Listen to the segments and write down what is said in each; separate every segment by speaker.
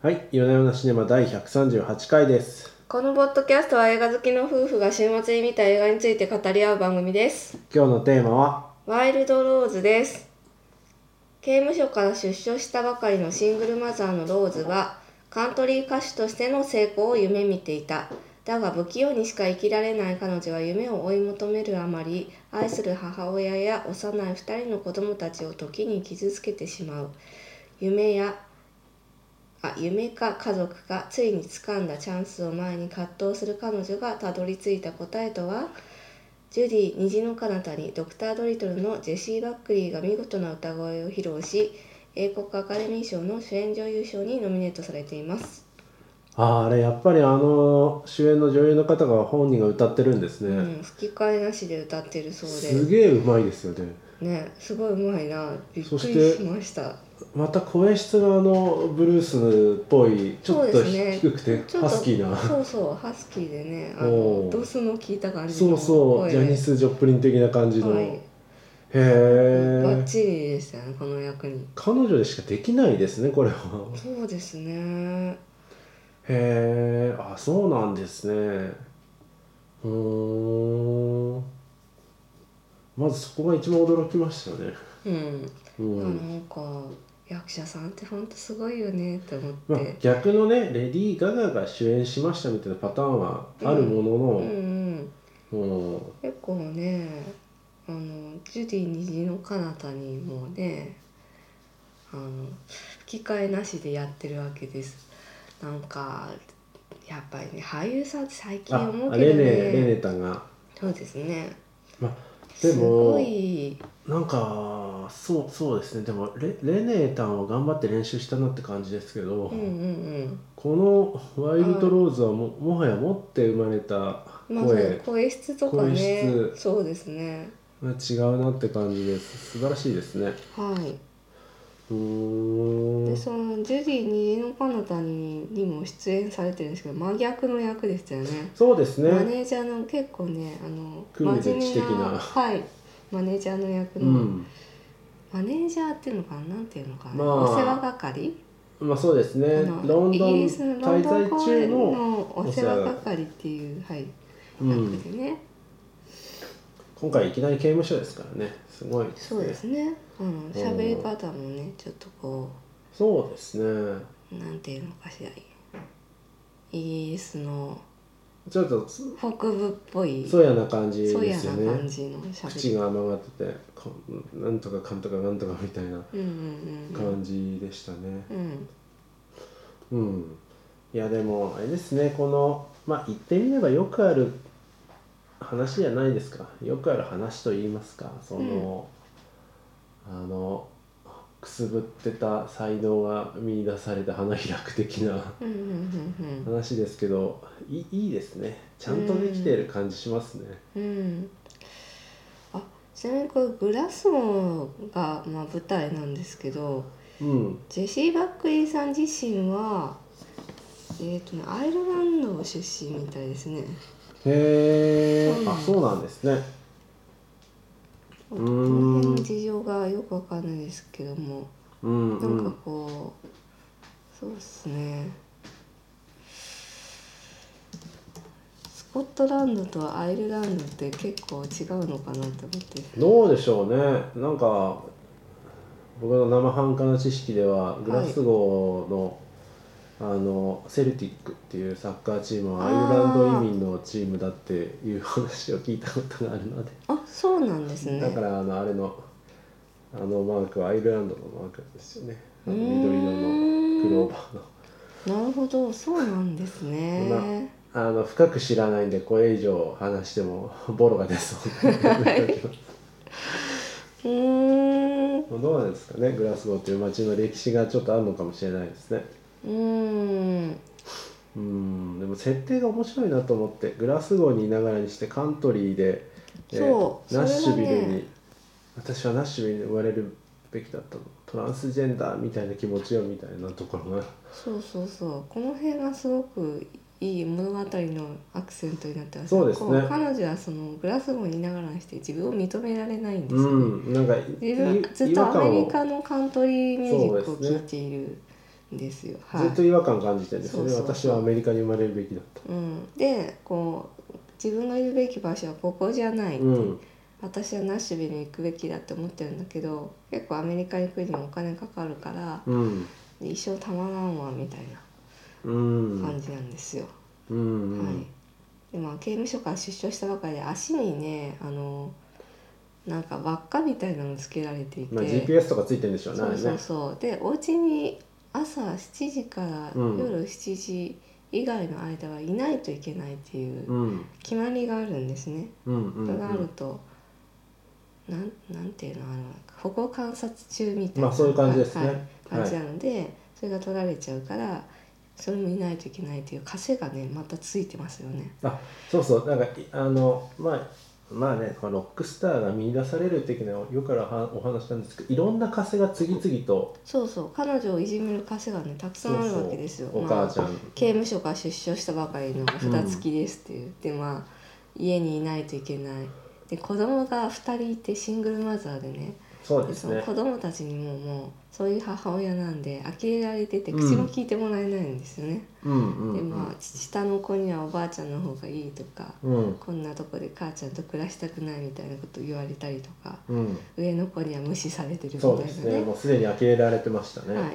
Speaker 1: はい、夜な夜なシネマ第138回です。
Speaker 2: このポッドキャストは映画好きの夫婦が週末に見た映画について語り合う番組です。
Speaker 1: 今日のテーマは、
Speaker 2: ワイルドローズです。刑務所から出所したばかりのシングルマザーのローズは、カントリー歌手としての成功を夢見ていた。だが不器用にしか生きられない彼女は夢を追い求めるあまり、愛する母親や幼い二人の子供たちを時に傷つけてしまう。夢やあ夢か家族かついに掴んだチャンスを前に葛藤する彼女がたどり着いた答えとはジュディ「虹の彼方にドクター・ドリトルのジェシー・バックリーが見事な歌声を披露し英国アカデミー賞の主演女優賞にノミネートされています、
Speaker 1: あーあれ、やっぱりあの主演の女優の方が本人が歌ってるんですね。
Speaker 2: うん、吹き替えなしで歌ってるそう
Speaker 1: す
Speaker 2: で
Speaker 1: げえうまいですよね。
Speaker 2: ねすごいうまいなびっく
Speaker 1: そ
Speaker 2: り
Speaker 1: して
Speaker 2: しました
Speaker 1: また声質があのブルースっぽい、ちょっ
Speaker 2: そ
Speaker 1: と
Speaker 2: うですね
Speaker 1: 低くて
Speaker 2: ちょっ
Speaker 1: ハ
Speaker 2: と
Speaker 1: スキーな。
Speaker 2: そうそうハスキーでねあ
Speaker 1: お
Speaker 2: の
Speaker 1: ー
Speaker 2: ドスの効いた感じ
Speaker 1: そ
Speaker 2: の
Speaker 1: うそう、ジャニス・ジョプリン的な感じの。
Speaker 2: はい
Speaker 1: へ
Speaker 2: バッ
Speaker 1: え。
Speaker 2: チリでしたねこの役に
Speaker 1: 彼女でしかできないですね、これは。
Speaker 2: そうですね
Speaker 1: へえあそうなんですねうーんまずそこが一番驚きましたね
Speaker 2: うん、
Speaker 1: う
Speaker 2: いや
Speaker 1: ん、
Speaker 2: なんか役者さんってほんとすごいよねって思っ
Speaker 1: まあ
Speaker 2: て、
Speaker 1: 逆のねレディー・ガガが主演しましたみたいなパターンはあるも
Speaker 2: うん
Speaker 1: の
Speaker 2: うん
Speaker 1: の、うん
Speaker 2: 結構ねあのジュディ虹の彼方にもねあの吹き替えなしでやってるわけですなんかやっぱりね俳優さんって最近
Speaker 1: あ
Speaker 2: 思うけ
Speaker 1: レ
Speaker 2: ど
Speaker 1: ネ
Speaker 2: ね
Speaker 1: レネタが
Speaker 2: そうですね
Speaker 1: まあですも
Speaker 2: ごい
Speaker 1: なんかそうそうですねでもレレネタンは頑張って練習したなって感じですけど、
Speaker 2: うんうん
Speaker 1: この「ワイルド・ローズはも,、もはや持って生まれた
Speaker 2: うんまあ
Speaker 1: 声、
Speaker 2: 声質とかね
Speaker 1: 声質
Speaker 2: そうですね
Speaker 1: 違うなって感じです素晴らしいですね
Speaker 2: はいう
Speaker 1: ー
Speaker 2: で
Speaker 1: ん
Speaker 2: そのジュディ・虹の彼方ににも出演されてるんですけど真逆の役でしたよね
Speaker 1: そうです
Speaker 2: マ
Speaker 1: ね
Speaker 2: ネージャーの結構ねあの
Speaker 1: クールで
Speaker 2: 真面
Speaker 1: 知的
Speaker 2: 目
Speaker 1: な
Speaker 2: はいマネージャーの役
Speaker 1: う
Speaker 2: の、
Speaker 1: ん
Speaker 2: マネージャーっていうのかななんていうのかな、
Speaker 1: まあ
Speaker 2: お世話係
Speaker 1: まあそうです
Speaker 2: あ
Speaker 1: ね
Speaker 2: の
Speaker 1: ロン
Speaker 2: イ
Speaker 1: ドン
Speaker 2: ギリスのロ
Speaker 1: 滞
Speaker 2: ンドン
Speaker 1: 在
Speaker 2: 公
Speaker 1: 中
Speaker 2: 演
Speaker 1: の、
Speaker 2: のお世話係っていう、はい、
Speaker 1: う
Speaker 2: 役
Speaker 1: ん、
Speaker 2: でね、
Speaker 1: 今回いきなり刑務所ですからねすごいですね
Speaker 2: そうですねうん喋り方もねちょっとこ
Speaker 1: そうですね
Speaker 2: うなんていうのかしらイギリスの
Speaker 1: ちょっとそ
Speaker 2: 北部っぽい
Speaker 1: そやな感じ
Speaker 2: そう
Speaker 1: で
Speaker 2: や
Speaker 1: すよ
Speaker 2: な感
Speaker 1: ね
Speaker 2: じのしゃべ
Speaker 1: 口
Speaker 2: り。
Speaker 1: が曲がっててこなんとかかんとかなんとかみたいな
Speaker 2: うんうんうん
Speaker 1: 感じでしたね、
Speaker 2: うん。
Speaker 1: うん、いやでもあれですねこのまあ言ってみればよくある話じゃないですかよくある話と言いますかその、あのくすぶってた才能が見出された花開く的な
Speaker 2: うんうんうん
Speaker 1: 話ですけどいいいですねちゃんとできてる感じしますね、
Speaker 2: うん。うん。あ、ちなみにこれグラスゴーがまあ舞台なんですけど、
Speaker 1: うん、
Speaker 2: ジェシー・バックリーさん自身はえっ、とねアイルランド出身みたいですね。
Speaker 1: へ
Speaker 2: そう
Speaker 1: え
Speaker 2: なん
Speaker 1: あそうなんですね
Speaker 2: こ
Speaker 1: ー
Speaker 2: の
Speaker 1: ん
Speaker 2: 辺の事情がよくわかんないですけども、
Speaker 1: うん
Speaker 2: なん
Speaker 1: う
Speaker 2: か
Speaker 1: ん
Speaker 2: こう、そうですね。スコットランドとアイルランドって結構違うのかなって思って
Speaker 1: どうでしょうねなんか僕の生半可な知識ではグラスゴーの,、あのセルティックっていうサッカーチームはアイルランド移民のチームだっていう話を聞いたことがあるので、
Speaker 2: あそうなんですね
Speaker 1: だからあのあれのあのマークはアイルランドのマークですよねあの
Speaker 2: うー
Speaker 1: 緑色の
Speaker 2: ん
Speaker 1: クローバーの。
Speaker 2: なるほどそうなんですね
Speaker 1: あの深く知らないんでこれ以上話してもボロが出そうなのでやめときます
Speaker 2: うーんう
Speaker 1: どうなんですかねグラスゴーという街の歴史がちょっとあるのかもしれないですね
Speaker 2: ーん
Speaker 1: うんでも設定が面白いなと思ってグラスゴーにいながらにしてカントリーで、えー
Speaker 2: そう
Speaker 1: ナッシュビル
Speaker 2: そ
Speaker 1: に、
Speaker 2: れがね
Speaker 1: 私はナッシュビルに生まれるべきだったのトランスジェンダーみたいな気持ちよみたいなところが
Speaker 2: そうそうそうこの辺がすごくいい物語のアクセントになってます
Speaker 1: そうですね
Speaker 2: こ彼女はそのグラスゴーにいながらにして自分を認められないんです
Speaker 1: う
Speaker 2: よね、
Speaker 1: んなんかい
Speaker 2: 自分
Speaker 1: い
Speaker 2: ずっ
Speaker 1: 違
Speaker 2: と
Speaker 1: 和
Speaker 2: アメ
Speaker 1: 感
Speaker 2: リ
Speaker 1: を
Speaker 2: カのカントリーミュージックを聴いているですよ。
Speaker 1: ずっと違和感感じてるんですよね
Speaker 2: そうそう
Speaker 1: 私はアメリカに生まれるべきだった
Speaker 2: うん、でこう自分のいるべき場所はここじゃないって、
Speaker 1: うん
Speaker 2: 私はナッシュビルに行くべきだって思ってるんだけど結構アメリカに行くにもお金かかるから
Speaker 1: うん
Speaker 2: 一生たまらんわみたい
Speaker 1: うん
Speaker 2: な感じなんですよ。
Speaker 1: う
Speaker 2: はい
Speaker 1: ん、
Speaker 2: でまあ刑務所から出所したばかりで足にねあのなんか輪っかみたいなのつけられていて、
Speaker 1: まあ GPS とかついてるんでしょうねあ
Speaker 2: そ
Speaker 1: れ
Speaker 2: う
Speaker 1: ね
Speaker 2: そうそうでお家に朝7時から
Speaker 1: うん
Speaker 2: 夜7時以外の間はいないといけないっていう
Speaker 1: うん
Speaker 2: 決まりがあるんですね。
Speaker 1: うんうんう
Speaker 2: がある
Speaker 1: ん
Speaker 2: と、なんなんていうのあの歩行観察中みたいな、
Speaker 1: まあそういう感じですね
Speaker 2: はい
Speaker 1: はい
Speaker 2: 感じなので、それが取られちゃうからそれもいないといけないっていう枷がねまたついてますよね。
Speaker 1: あそうそうなんかいあのまあまあねこのロックスターが見出される的なよくあるはお話なんですけどいろんな枷が次々と
Speaker 2: そうそう彼女をいじめる枷がねたくさんあるわけですよ。
Speaker 1: そうそうお
Speaker 2: まあ
Speaker 1: 母ちゃん、
Speaker 2: 刑務所から出所したばかりの札付きですって言って、まあ家にいないといけないで子供が2人いてシングルマザーでね
Speaker 1: そう
Speaker 2: で
Speaker 1: です
Speaker 2: その
Speaker 1: ね
Speaker 2: 子供たちにももうそういう母親なんで呆れられてて口も聞いてもらえないんですよね、
Speaker 1: うんうん
Speaker 2: でまあ下の子にはおばあちゃんの方がいいとか
Speaker 1: うん
Speaker 2: こんなとこで母ちゃんと暮らしたくないみたいなこと言われたりとか
Speaker 1: うん
Speaker 2: 上の子には無視されてるみたい
Speaker 1: そ
Speaker 2: な
Speaker 1: うですねもうすでに呆れられてましたね、
Speaker 2: はい、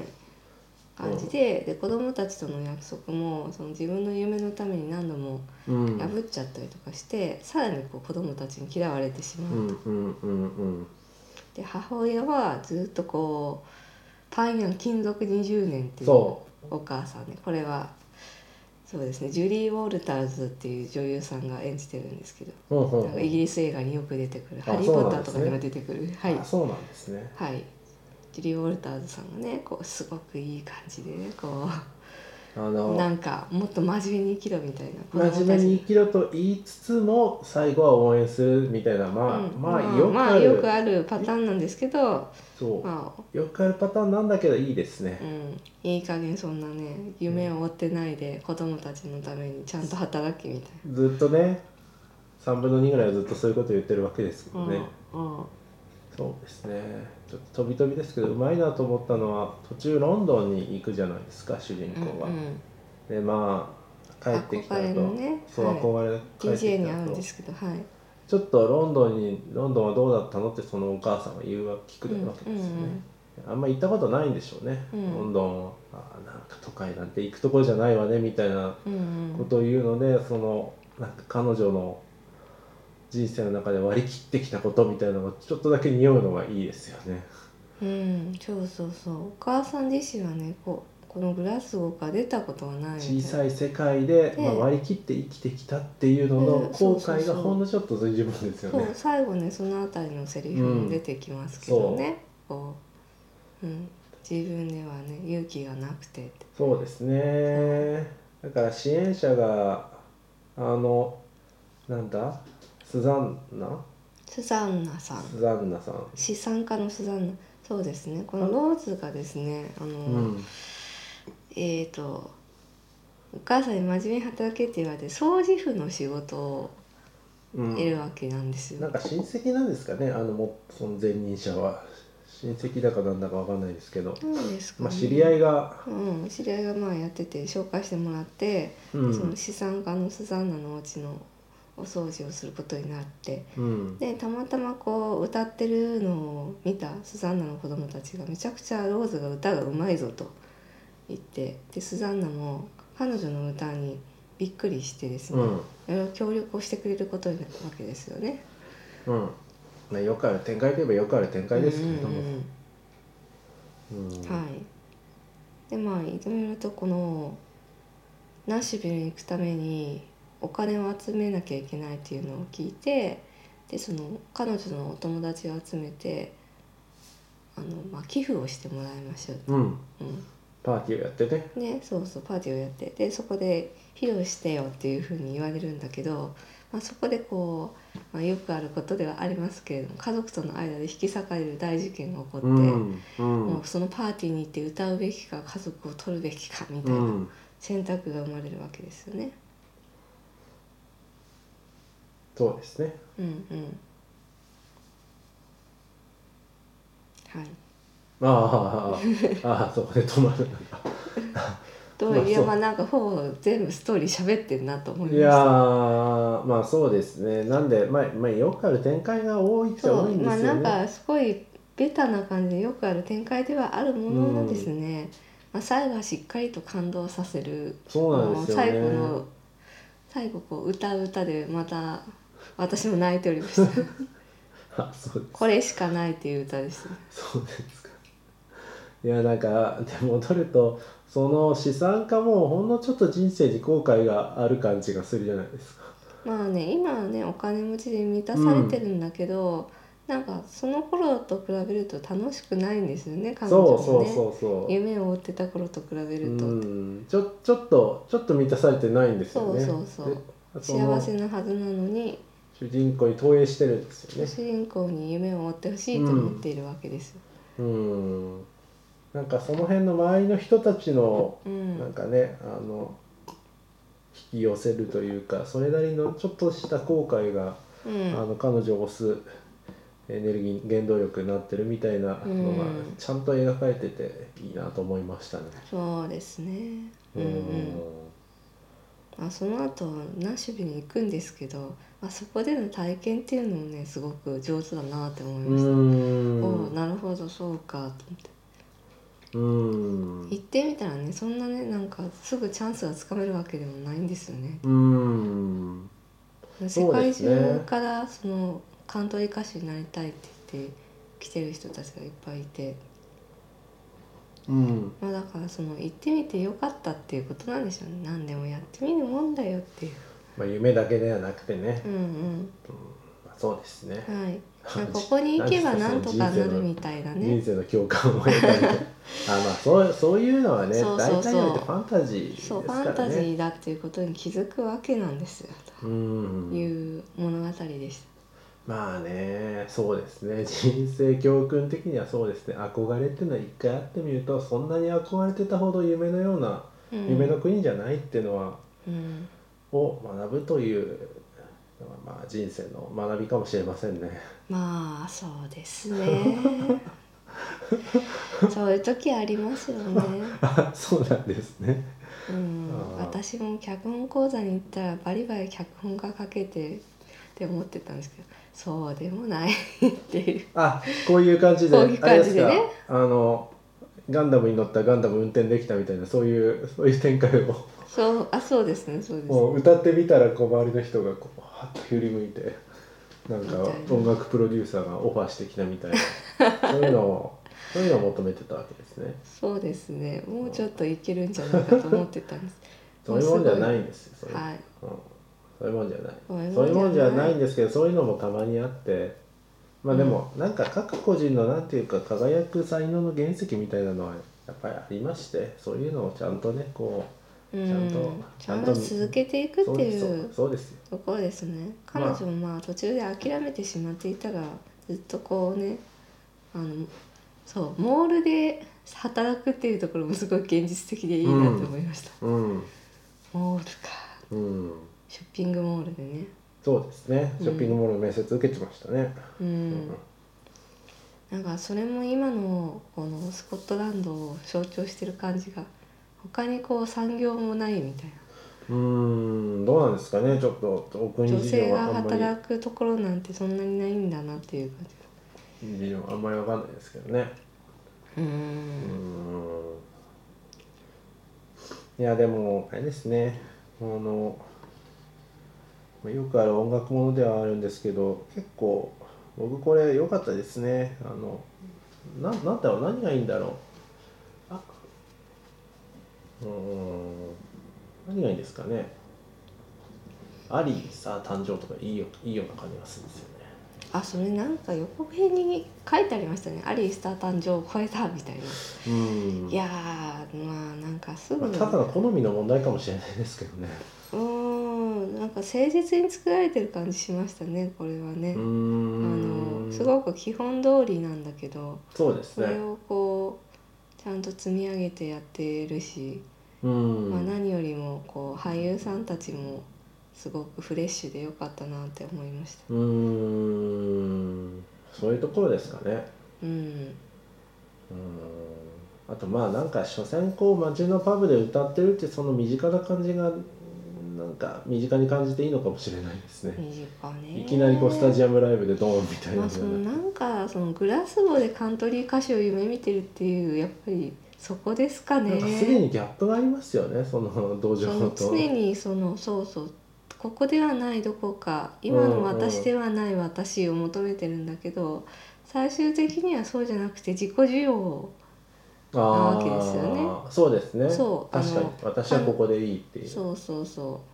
Speaker 2: 感じでで子供たちとの約束もその自分の夢のために何度も
Speaker 1: うん
Speaker 2: 破っちゃったりとかして、さらにこう子供たちに嫌われてしまう
Speaker 1: う、んうんうんうん
Speaker 2: で母親はずっとこうパン屋勤続20年っていう
Speaker 1: そ
Speaker 2: お母さんでこれはそうですねジュリー・ウォルターズっていう女優さんが演じてるんですけど、
Speaker 1: うほうほう
Speaker 2: なんかイギリス映画によく出てくる「
Speaker 1: あ
Speaker 2: ハリー・
Speaker 1: そ
Speaker 2: ポ
Speaker 1: うな
Speaker 2: ッタ
Speaker 1: ん
Speaker 2: ー」
Speaker 1: です
Speaker 2: と
Speaker 1: ね
Speaker 2: かにも出てくる、はい
Speaker 1: あ、そうなんですね
Speaker 2: はい、ジュリー・ウォルターズさんがねこうすごくいい感じでねこ
Speaker 1: あ
Speaker 2: う
Speaker 1: の
Speaker 2: なんかもっと真面目に生きろみたいな子供たち
Speaker 1: 真面目に生きろと言いつつも最後は応援するみたいなまあ、
Speaker 2: うん
Speaker 1: まあ
Speaker 2: まあ
Speaker 1: よく
Speaker 2: ま
Speaker 1: あ
Speaker 2: あ
Speaker 1: る,、
Speaker 2: よくあるパターンなんですけど、
Speaker 1: そう、
Speaker 2: まあ
Speaker 1: よくあるパターンなんだけどいいですね
Speaker 2: う、ん、いい加減そんなね夢を追ってないで子供たちのためにちゃんと働きみたい
Speaker 1: ずっとね3分の2ぐらいはずっとそういうこと言ってるわけですけ
Speaker 2: な、
Speaker 1: どね、
Speaker 2: うんうん、
Speaker 1: そうですねちょっと飛び飛びですけどうまいなと思ったのは途中ロンドンに行くじゃないですか主人公は、
Speaker 2: うんうん
Speaker 1: でまあ帰ってきたと、
Speaker 2: 憧れのね
Speaker 1: そう
Speaker 2: はい
Speaker 1: 憧れ、帰ってき
Speaker 2: DJ
Speaker 1: た
Speaker 2: に会うん
Speaker 1: と
Speaker 2: ですけどはい、
Speaker 1: ちょっとロンドンにロンドンはどうだったのってそのお母さんは言うわ聞くわけですよね、あんま行ったことないんでしょうね、
Speaker 2: うん
Speaker 1: ロンドンはあなんか都会なんて行くところじゃないわねみたいな
Speaker 2: うんうん
Speaker 1: ことを言うので、そのなんか彼女の人生の中で割り切ってきたことみたいなのがちょっとだけ匂うのがいいですよね。
Speaker 2: うん、そうそうそうお母さん自身はねこうこのグラスゴーから出たことはない
Speaker 1: 小
Speaker 2: みたい
Speaker 1: さい世界で、
Speaker 2: ね
Speaker 1: まあ、割り切って生きてきたっていうのの
Speaker 2: うん
Speaker 1: 後
Speaker 2: そうそう
Speaker 1: 悔
Speaker 2: そ
Speaker 1: が
Speaker 2: う
Speaker 1: ほんのちょっと随分ですよ
Speaker 2: そう
Speaker 1: ね。
Speaker 2: 最後ねそのあたりのセリフも出てきますけどね、こう、うん、自分ではね勇気がなくてって
Speaker 1: そうですねだから支援者があのなんだスザンナ
Speaker 2: スザンナさん
Speaker 1: スザンナさん、
Speaker 2: 資産家のスザンナそうですねこのローズがですねあの、
Speaker 1: うん、
Speaker 2: えー、とお母さんに真面目に働けって言われて掃除婦の仕事を
Speaker 1: うん
Speaker 2: 得るわけなんですよ、
Speaker 1: なんか親戚なんですかねあのもその前任者は親戚だかなんだかわかんないですけど、
Speaker 2: なんですか、ね
Speaker 1: まあ、知り合いが、
Speaker 2: うん、知り合いがまあやってて紹介してもらって、
Speaker 1: うん
Speaker 2: その資産家のスザンナのお家のお掃除をすることになって
Speaker 1: うん、
Speaker 2: でたまたまこう歌ってるのを見たスザンナの子供たちがめちゃくちゃローズが歌がうまいぞと言ってでスザンナも彼女の歌にびっくりしてですね、
Speaker 1: うん
Speaker 2: いろいろ協力をしてくれることになるわけですよね。
Speaker 1: うんまあ、よくある展開といえばよくある展開ですけれども、
Speaker 2: うんうんうん
Speaker 1: うん
Speaker 2: はい、でまあいろいろとこのナッシュビルに行くためにお金を集めなきゃいけないっていうのを聞いてでその彼女のお友達を集めてあの、まあ、寄付をしてもらいましょう、
Speaker 1: うん、
Speaker 2: う
Speaker 1: パーティーをやってね
Speaker 2: ん、でそうそうパーティーをやってでそこで披露してよっていうふうに言われるんだけど、まあ、そこでこう、まあ、よくあることではありますけれども家族との間で引き裂かれる大事件が起こって。
Speaker 1: うんうん
Speaker 2: もうそのパーティーに行って歌うべきか家族を取るべきかみた
Speaker 1: う、
Speaker 2: いなん選択が生まれるわけですよね。
Speaker 1: そうですね
Speaker 2: うんうん。はい。
Speaker 1: ああああああそこで止まる
Speaker 2: とはいえ
Speaker 1: まあそう
Speaker 2: まあなんかほぼ全部ストーリー喋ってんなと思いま
Speaker 1: い
Speaker 2: し
Speaker 1: や
Speaker 2: た
Speaker 1: ーまあそうですねなんで、まあ、まあよくある展開が多いっちゃ
Speaker 2: そ
Speaker 1: 多い
Speaker 2: うん
Speaker 1: で
Speaker 2: まあ
Speaker 1: す
Speaker 2: な
Speaker 1: よ
Speaker 2: ん
Speaker 1: ね、
Speaker 2: かすごいベタな感じでよくある展開ではあるものなんですね、まあ、最後はしっかりと感動させる
Speaker 1: そうなんですよね
Speaker 2: 最後の最後こう歌う歌でまた私も泣いておりました
Speaker 1: あそうです
Speaker 2: これしかないっていう歌です
Speaker 1: そうですかいやなんかでも戻るとその資産家もほんのちょっと人生に後悔がある感じがするじゃないですか
Speaker 2: まあね今はねお金持ちで満たされてるんだけど、なんかその頃と比べると楽しくないんですよね彼女
Speaker 1: そ
Speaker 2: も
Speaker 1: う
Speaker 2: ね
Speaker 1: そうそうそう
Speaker 2: 夢を追ってた頃と比べ
Speaker 1: う
Speaker 2: ると、
Speaker 1: んちょちょっとちょっと満たされてないんですよね
Speaker 2: そうそうそう
Speaker 1: でその
Speaker 2: 幸せなはずなのに
Speaker 1: 主人公に投影してるんですよ
Speaker 2: 主
Speaker 1: ね
Speaker 2: 人公に夢を追ってほしいと思っているわけです
Speaker 1: う
Speaker 2: よ。
Speaker 1: んなんかその辺の周りの人たちの
Speaker 2: う
Speaker 1: なん
Speaker 2: ん、
Speaker 1: かねあの引き寄せるというかそれなりのちょっとした後悔が
Speaker 2: う
Speaker 1: あ
Speaker 2: ん、
Speaker 1: の彼女を押すエネルギー原動力になってるみたいなのが
Speaker 2: うん
Speaker 1: ちゃんと描かれてていいなと思いましたね。
Speaker 2: そうですね。うんうん。まあその後ナッシュビルに行くんですけど、まあそこでの体験っていうのもねすごく上手だなって思いました。
Speaker 1: ん
Speaker 2: おうなるほどそうかと思って
Speaker 1: うん
Speaker 2: 行ってみたらねそんなねなんかすぐチャンスがつかめるわけでもないんですよね。
Speaker 1: うん
Speaker 2: 世
Speaker 1: そうで
Speaker 2: 界
Speaker 1: すね
Speaker 2: 中からそのカントリー歌手になりたいって言って来てる人たちがいっぱいいて。
Speaker 1: うん
Speaker 2: まあだからその行ってみてよかったっていうことなんでしょうね何でもやってみるもんだよっていう
Speaker 1: まあ、夢だけではなくてね
Speaker 2: う、ん
Speaker 1: まあそうですね
Speaker 2: う、んはいまあここに行けばなんとかなるみたいな
Speaker 1: 人
Speaker 2: ね
Speaker 1: 生の共感を得たりと あまあそうそういうのはね
Speaker 2: そうそうそう
Speaker 1: 大体においてファンタジーです
Speaker 2: そうフ
Speaker 1: か
Speaker 2: ァン
Speaker 1: ら
Speaker 2: タジ
Speaker 1: ね
Speaker 2: ーだっていうことに気づくわけなんですよ
Speaker 1: う
Speaker 2: と
Speaker 1: ん
Speaker 2: いう物語でし
Speaker 1: まあねそうですね 人生教訓的にはそうですね憧れっていうのは一回会ってみるとそんなに憧れてたほど夢のような、
Speaker 2: た、うん、
Speaker 1: 夢の国じゃないっていうのは
Speaker 2: うん
Speaker 1: を学ぶというのがまあ人生の学びかもしれませんね。
Speaker 2: まあそうです ねそういう時ありますよね、
Speaker 1: あそうなんですね。
Speaker 2: うん、
Speaker 1: あー
Speaker 2: 私も脚本講座に行ったらバリバリ脚本が書けてって思ってたんですけどそうでもないっていう
Speaker 1: あこういう感じで
Speaker 2: こういう感じでね
Speaker 1: あれすかあのガンダムに乗ったガンダム運転できたみたいなそういうそういう展開を
Speaker 2: そうあそうですねそうですね
Speaker 1: もう歌ってみたらこう周りの人がこうハッと振り向いてなんか
Speaker 2: みたいな
Speaker 1: 音楽プロデューサーがオファーしてきたみたいなそういうのをそういうのを求めてたわけですね
Speaker 2: そうですねもうちょっといけるんじゃないかと思ってたんです
Speaker 1: そういうもんじゃないんですよそれ、
Speaker 2: はい
Speaker 1: うん、そういうもんじゃない
Speaker 2: そう
Speaker 1: そういうもんじゃないん
Speaker 2: う
Speaker 1: ですけどそういうのもたまにあってまあでも、なんか各個人のなんていうか輝く才能の原石みたいなのはやっぱりありましてそういうのをちゃんとねこ
Speaker 2: ん
Speaker 1: ちゃんと
Speaker 2: ちゃんと続けていく
Speaker 1: う
Speaker 2: っ
Speaker 1: そう
Speaker 2: て
Speaker 1: で
Speaker 2: い
Speaker 1: すそう
Speaker 2: う
Speaker 1: そうですよ
Speaker 2: ところですね彼女もまあ途中で諦めてしまっていたがずっとこうねあのそうモールで働くっていうところもすごい現実的でいいなと思いました、
Speaker 1: うん
Speaker 2: モールか
Speaker 1: うん
Speaker 2: ショッピングモールでね
Speaker 1: そうですね
Speaker 2: うん
Speaker 1: ショッピングモールの面接受けてましたね、
Speaker 2: う
Speaker 1: うん
Speaker 2: なんかそれも今のこのスコットランドを象徴してる感じが他にこう産業もないみたい
Speaker 1: うんどうなんですかねちょっとお
Speaker 2: な
Speaker 1: 国
Speaker 2: 女
Speaker 1: 事情
Speaker 2: 性が
Speaker 1: はあんまり
Speaker 2: 働くところなんてそんなにないんだなっていう感じ
Speaker 1: 事情はあんまりわかんないですけどね
Speaker 2: うー
Speaker 1: うんんいやでもあれですねあのまあよくある音楽ものではあるんですけど結構僕これ良かったですねあのななんだろう何がいいんだろうあうーん何がいいんですかねアリーさ誕生とかいいよいいような感じがするんですよね
Speaker 2: あそれなんか予告編に書いてありましたね「アリースター誕生を超えた」みたいな、
Speaker 1: うん
Speaker 2: いやーまあなんかすぐ
Speaker 1: まあ、
Speaker 2: に
Speaker 1: ただの好みの問題かもしれないですけどね
Speaker 2: うーんなんか誠実に作られてる感じしましたねこれはね、
Speaker 1: うー
Speaker 2: あ
Speaker 1: ん
Speaker 2: のすごく基本通りなんだけど
Speaker 1: そうです
Speaker 2: それ
Speaker 1: ね。
Speaker 2: をこうちゃんと積み上げてやってるし、
Speaker 1: うん。
Speaker 2: まあ、何よりもこう俳優さんたちもすごくフレッシュで良かったなって思いました。
Speaker 1: うーん。そういうところですかね。
Speaker 2: うん、
Speaker 1: うーん。あとまあなんか所詮こう街のパブで歌ってるってその身近な感じがなんか身近に感じていいのかもしれないですね、
Speaker 2: 身近ね
Speaker 1: いきなりこうスタジアムライブでドーンみたい
Speaker 2: ま
Speaker 1: な
Speaker 2: あ
Speaker 1: のじ
Speaker 2: そ
Speaker 1: ゃ
Speaker 2: の
Speaker 1: な
Speaker 2: な
Speaker 1: く
Speaker 2: んかそのグラスボでカントリー歌手を夢見てるっていうやっぱりそこですか
Speaker 1: なん
Speaker 2: ね
Speaker 1: かすでにギャップがありますよねその道
Speaker 2: そ
Speaker 1: 場
Speaker 2: の
Speaker 1: と
Speaker 2: 常にそのそうそうここではないどこか今の私ではない私を求めてるんだけど、最終的にはそうじゃなくて自己需要を
Speaker 1: な
Speaker 2: わけですよね
Speaker 1: そうですね
Speaker 2: そうあの
Speaker 1: 確かに私はここでいいっていう
Speaker 2: そうそうそう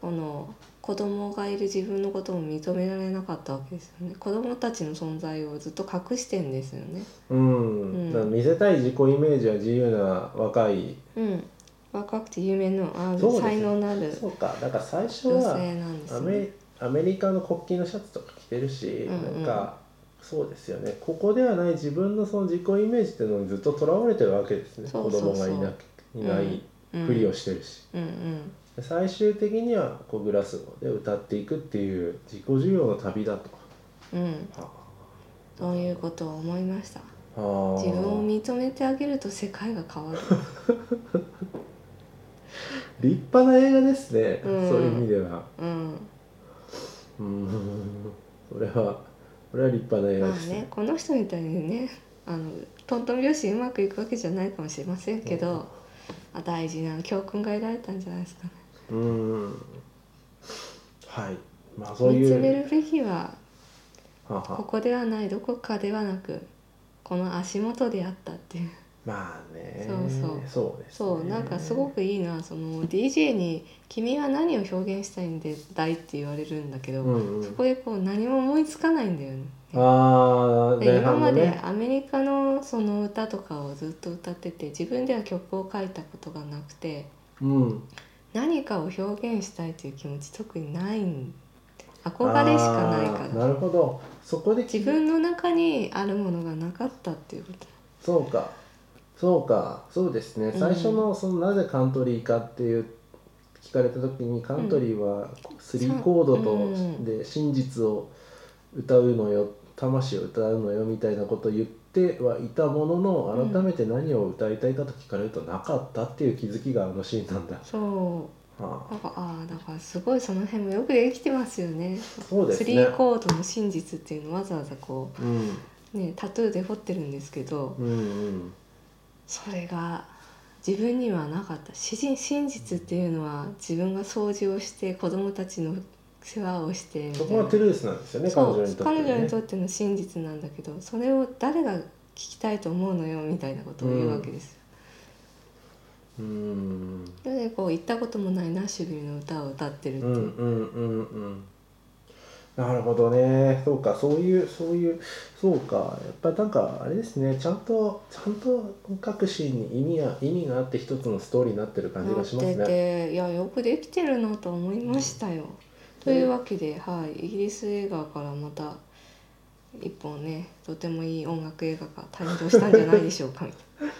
Speaker 2: この子供がいる自分のことも認められなかったわけですよね子供たちの存在をずっと隠してんですよね
Speaker 1: うん、
Speaker 2: うん
Speaker 1: だから見せたい自己イメージは自由な若い
Speaker 2: うん若くて有名のあ
Speaker 1: そうですね
Speaker 2: 才能のある
Speaker 1: そうかだから最初
Speaker 2: 女
Speaker 1: は
Speaker 2: 性なんです
Speaker 1: ア
Speaker 2: よ
Speaker 1: メ
Speaker 2: ね
Speaker 1: アメリカの国旗のシャツとか着てるし、
Speaker 2: うんうん
Speaker 1: なんかそうですよねここではない自分のその自己イメージっていうのにずっととらわれてるわけですね
Speaker 2: そうそうそう
Speaker 1: 子供がいなくいない
Speaker 2: うん
Speaker 1: ふりをしてるし、
Speaker 2: うんうん
Speaker 1: 最終的にはこうグラスゴーで歌っていくっていう自己需要の旅だと。
Speaker 2: うん
Speaker 1: あ
Speaker 2: そういうことを思いました
Speaker 1: あー
Speaker 2: 自分を認めてあげると世界が変わる
Speaker 1: 立派な映画ですね、
Speaker 2: うん
Speaker 1: そういう意味では
Speaker 2: うん
Speaker 1: うんそれはこれは立派な映画
Speaker 2: まあ
Speaker 1: です
Speaker 2: ねこの人みたいにねあのトントン拍子うまくいくわけじゃないかもしれませんけど、あ大事な教訓が得られたんじゃないですかね
Speaker 1: うんはいまあそう
Speaker 2: 見
Speaker 1: いう
Speaker 2: つめるべきは
Speaker 1: はは
Speaker 2: ここではないどこかではなくこの足元であったっていう
Speaker 1: まあね
Speaker 2: そうそう
Speaker 1: そうですね
Speaker 2: そうなんかすごくいいなその DJ に「君は何を表現したいんだい?」って言われるんだけど、
Speaker 1: うんうん
Speaker 2: そこでこう何も思いつかないんだよね。
Speaker 1: ああ
Speaker 2: で
Speaker 1: 前
Speaker 2: 今
Speaker 1: 半
Speaker 2: ま
Speaker 1: の
Speaker 2: で
Speaker 1: ね
Speaker 2: アメリカのその歌とかをずっと歌ってて自分では曲を書いたことがなくて
Speaker 1: うん
Speaker 2: 何かを表現したいという気持ち特にないん憧れしかない
Speaker 1: あ
Speaker 2: か
Speaker 1: ー
Speaker 2: ら
Speaker 1: なるほどそこで
Speaker 2: 自分の中にあるものがなかったっていうこと
Speaker 1: そうかそうかそうですね
Speaker 2: うん
Speaker 1: 最初のそのなぜカントリーかっていう聞かれた時にカントリーは3コード
Speaker 2: うん
Speaker 1: とで真実を歌うのよ魂を歌うのよみたいなことを言ってはいたもの
Speaker 2: う
Speaker 1: の
Speaker 2: ん
Speaker 1: 改めて何を歌いたいかと聞かれるとなかったっていう気づきがあのシーンなんだ、
Speaker 2: そ
Speaker 1: は
Speaker 2: う
Speaker 1: あ
Speaker 2: なんかああだからすごいその辺もよくできてますよね
Speaker 1: そうですね
Speaker 2: 3コードの真実っていうのをわざわざこ
Speaker 1: うん
Speaker 2: うねタトゥーで彫ってるんですけど
Speaker 1: うんうん
Speaker 2: それが自分にはなかった詩人真実っていうのは自分が掃除をして子供たちの世話をしてみた
Speaker 1: そ
Speaker 2: い
Speaker 1: こが
Speaker 2: な
Speaker 1: トゥルースなんですよね彼
Speaker 2: そ
Speaker 1: 女
Speaker 2: う
Speaker 1: にとって、
Speaker 2: 彼
Speaker 1: ね、
Speaker 2: 女にとっての真実なんだけどそれを誰が聞きたいと思うのよみたいなことを言うわけですよ。
Speaker 1: うん
Speaker 2: それでこう行ったこともないナッシュビルの歌を歌ってるって
Speaker 1: うん
Speaker 2: いうう、
Speaker 1: んうんうんなるほどねそうかそういうそういうそうかやっぱなんかあれですねちゃんとちゃんと各シーンに意味が意味があって一つのストーリーになってる感じ
Speaker 2: な
Speaker 1: が
Speaker 2: っ
Speaker 1: します
Speaker 2: て
Speaker 1: ね。
Speaker 2: ていやよくできてるなと思いましたよ。というわけで、はい、イギリス映画からまた一本ねとてもいい音楽映画が誕生したんじゃないでしょう かみたいな。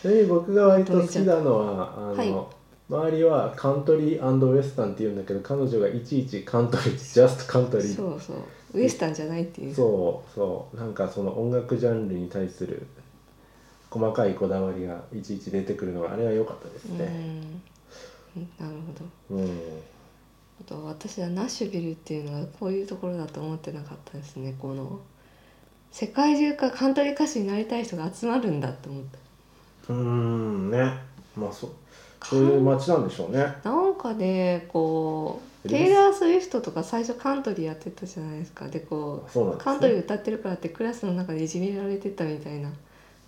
Speaker 1: ちなみに僕が割と好きなのはあの、
Speaker 2: はい
Speaker 1: 周りはカントリーウェスタンって言うんだけど彼女がいちいちカントリー ジャストカントリーそ
Speaker 2: そうそうウエスタンじゃないっていうう
Speaker 1: そうなんかその音楽ジャンルに対する細かいこだわりがいちいち出てくるのがあれは良かったです
Speaker 2: ん
Speaker 1: ね。
Speaker 2: なるほど
Speaker 1: うん
Speaker 2: あと私はナッシュビルっていうのはこういうところだと思ってなかったですねこの世界中からカントリー歌手になりたい人が集まるんだって思った
Speaker 1: うーんねまあそうそういう街なんでしょうね
Speaker 2: なんかねこう
Speaker 1: エルビス
Speaker 2: テイラー・スウィフトとか最初カントリーやってたじゃないですかでこう
Speaker 1: そうなんですね
Speaker 2: カントリー歌ってるからってクラスの中でいじめられてたみたいな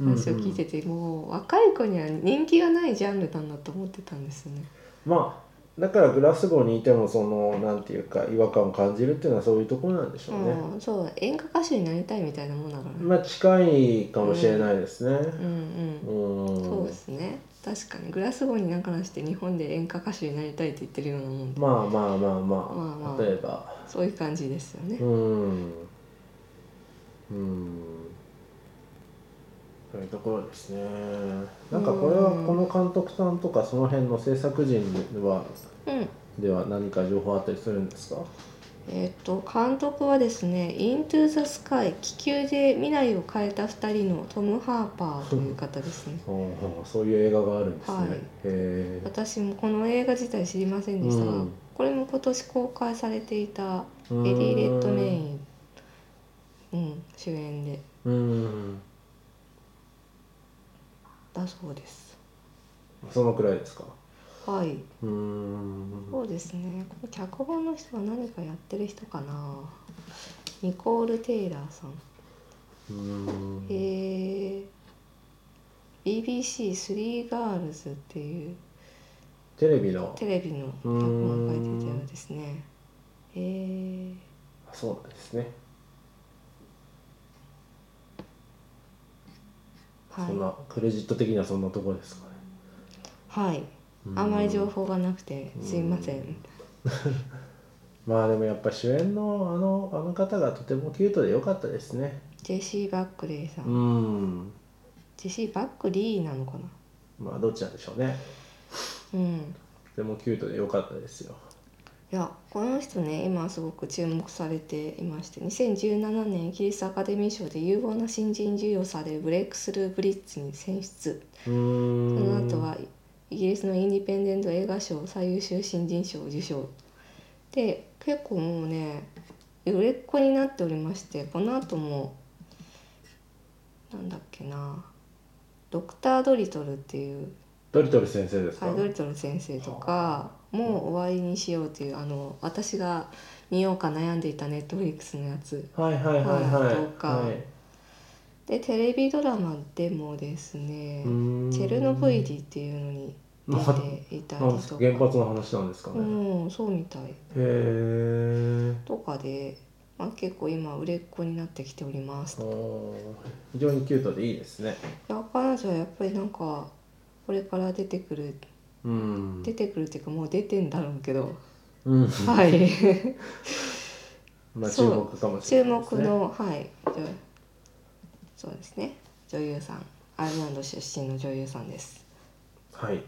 Speaker 2: 話を聞いてて、もう若い子には人気がないジャンルなんだと思ってたんですよね
Speaker 1: うんうんまあだからグラスゴーにいてもそのなんていうか違和感を感じるっていうのはそういうところなんでしょうね、
Speaker 2: うん、そう演歌歌手になりたいみたいなもんだからね、
Speaker 1: まあ近いかもしれないですね
Speaker 2: うんうん、
Speaker 1: うん
Speaker 2: そうですね確かにグラスゴーになんかなして日本で演歌歌手になりたいって言ってるようなもんで
Speaker 1: まあまあまあまあ、
Speaker 2: まあまあ
Speaker 1: 例えば
Speaker 2: そういう感じですよね、
Speaker 1: うんうんそういうところですねなんかこれはこの監督さんとかその辺の制作陣は
Speaker 2: うん
Speaker 1: では何か情報あったりするんですか
Speaker 2: えっと監督はですね「イントゥ・ザ・スカイ」気球で未来を変えた2人のトム・ハーパーという方ですね
Speaker 1: ほうほうそういう映画があるんですね、
Speaker 2: はい
Speaker 1: へえ
Speaker 2: 私もこの映画自体知りませんでしたが、
Speaker 1: うん
Speaker 2: これも今年公開されていた
Speaker 1: エ
Speaker 2: エディ・レッドメイン、うん、主演で
Speaker 1: うん
Speaker 2: だそうです
Speaker 1: そのくらいですか
Speaker 2: はい
Speaker 1: うん
Speaker 2: そうですねこの脚本の人は何かやってる人かなニコール・テイラーさん
Speaker 1: うん
Speaker 2: えー、BBC スリーガールズっていう
Speaker 1: テレビの
Speaker 2: テレビの脚本が書いていたようですね。えー、
Speaker 1: あそうなんですね、そん
Speaker 2: は
Speaker 1: なクレジット的にはそんなところですかね
Speaker 2: い、はい、
Speaker 1: うん
Speaker 2: あんまり情報がなくてすいませ
Speaker 1: うん
Speaker 2: ん。
Speaker 1: まあでもやっぱ主演のあのあの方がとてもキュートで良かったですね
Speaker 2: ジェシー・バックレイさん、
Speaker 1: うん
Speaker 2: ジェシー・バックリーなのかな。
Speaker 1: まあどっちなんでしょうね
Speaker 2: うん。
Speaker 1: とてもキュートで良かったですよ
Speaker 2: いやこの人ね今すごく注目されていまして2017年イギリスアカデミー賞で有望な新人授与されブレイクスルー・ブリッジに選出
Speaker 1: う
Speaker 2: そ
Speaker 1: ん
Speaker 2: の後はイギリスのインディペンデント映画賞最優秀新人賞を受賞で結構もうね売れっ子になっておりましてこの後もなんだっけな「ドクター・ドリトル」っていう
Speaker 1: ドリトル先生ですか、
Speaker 2: はいドリトル先生とか「もう終わりにしよう」っていうあの私が見ようか悩んでいたネットフリックスのやつ
Speaker 1: はいはいはいはい
Speaker 2: はいとか
Speaker 1: はい
Speaker 2: でテレビドラマでもですね
Speaker 1: う
Speaker 2: 「
Speaker 1: ん
Speaker 2: チェルノブイリ」っていうのに
Speaker 1: まあ
Speaker 2: 出ていたり
Speaker 1: なんです
Speaker 2: と
Speaker 1: か
Speaker 2: か。
Speaker 1: 原発の話なんですかね、へ
Speaker 2: うん、そうみたい
Speaker 1: え
Speaker 2: とかで、まあ、結構今売れっ子になってきておりますい
Speaker 1: 非常にキュートでいいですね
Speaker 2: や彼女はやっぱりなんかこれから出てくる
Speaker 1: うん
Speaker 2: 出てくるっていうかもう出てんだろうけど、
Speaker 1: うん
Speaker 2: はい
Speaker 1: まあ注
Speaker 2: そう
Speaker 1: 目かもしれ
Speaker 2: 注
Speaker 1: ないです、ね、
Speaker 2: 目のはい女そうですね女優さんアイルランド出身の女優さんです
Speaker 1: はい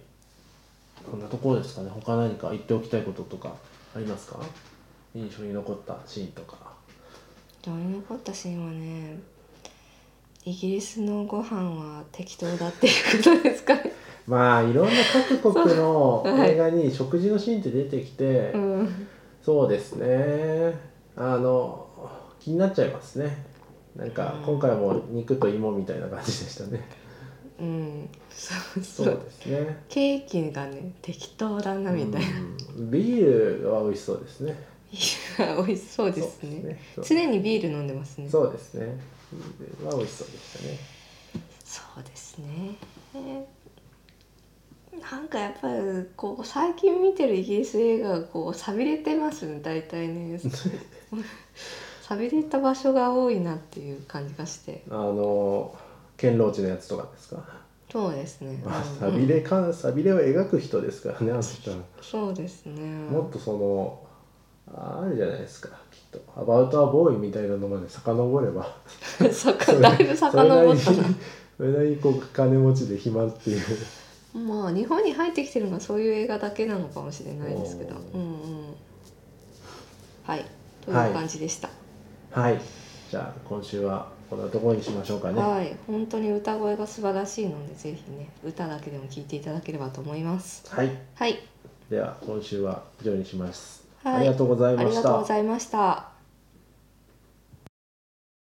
Speaker 1: こんなところですかね他何か言っておきたいこととかありますか印象に残ったシーンとか
Speaker 2: 印象に残ったシーンはねイギリスのご飯は適当だっていうことですかね
Speaker 1: まあいろんな各国の
Speaker 2: そうはい
Speaker 1: 映画に食事のシーンって出てきて、
Speaker 2: うん
Speaker 1: そうですねあの気になっちゃいますねなんか
Speaker 2: うん
Speaker 1: 今回も肉と芋みたいな感じでした ね
Speaker 2: うんそう
Speaker 1: そ
Speaker 2: そうう
Speaker 1: ですね
Speaker 2: ケーキがね適当だなみたいな、
Speaker 1: うんビールは美味しそうですね
Speaker 2: いや美味しそうですね
Speaker 1: そうですね
Speaker 2: 常にビール飲んでますねそう
Speaker 1: そうですねビールは美味しそうでしたね
Speaker 2: ですねなんかやっぱりこう最近見てるイギリス映画がこう寂れてますね大体ね 寂れた場所が多いなっていう感じがして
Speaker 1: あの堅牢地のやつとかですか
Speaker 2: そうですね、
Speaker 1: まあ、
Speaker 2: うん
Speaker 1: さびれかさびれを描く人ですからねあの人は
Speaker 2: そうですね
Speaker 1: もっ とそのあるじゃないですかきっと「アバウト・ア・ボーイ」みたいなのまで遡れば
Speaker 2: さか
Speaker 1: それ
Speaker 2: だいぶ
Speaker 1: それなり
Speaker 2: 遡
Speaker 1: に
Speaker 2: ったな
Speaker 1: それなりにこう金持ちで暇っていう
Speaker 2: まあ日本に入ってきてるのがそういう映画だけなのかもしれないですけど
Speaker 1: おー
Speaker 2: うんうんはいという
Speaker 1: はい
Speaker 2: 感じでした
Speaker 1: はいじゃあ今週はこんなところにしましょうかね
Speaker 2: はい、本当に歌声が素晴らしいのでぜひね歌だけでも聴いていただければと思います
Speaker 1: はい
Speaker 2: はい
Speaker 1: では今週は以上にします、
Speaker 2: はい
Speaker 1: ありがとうござ
Speaker 2: あ
Speaker 1: いま
Speaker 2: り
Speaker 1: し
Speaker 2: がとう
Speaker 1: た
Speaker 2: ございました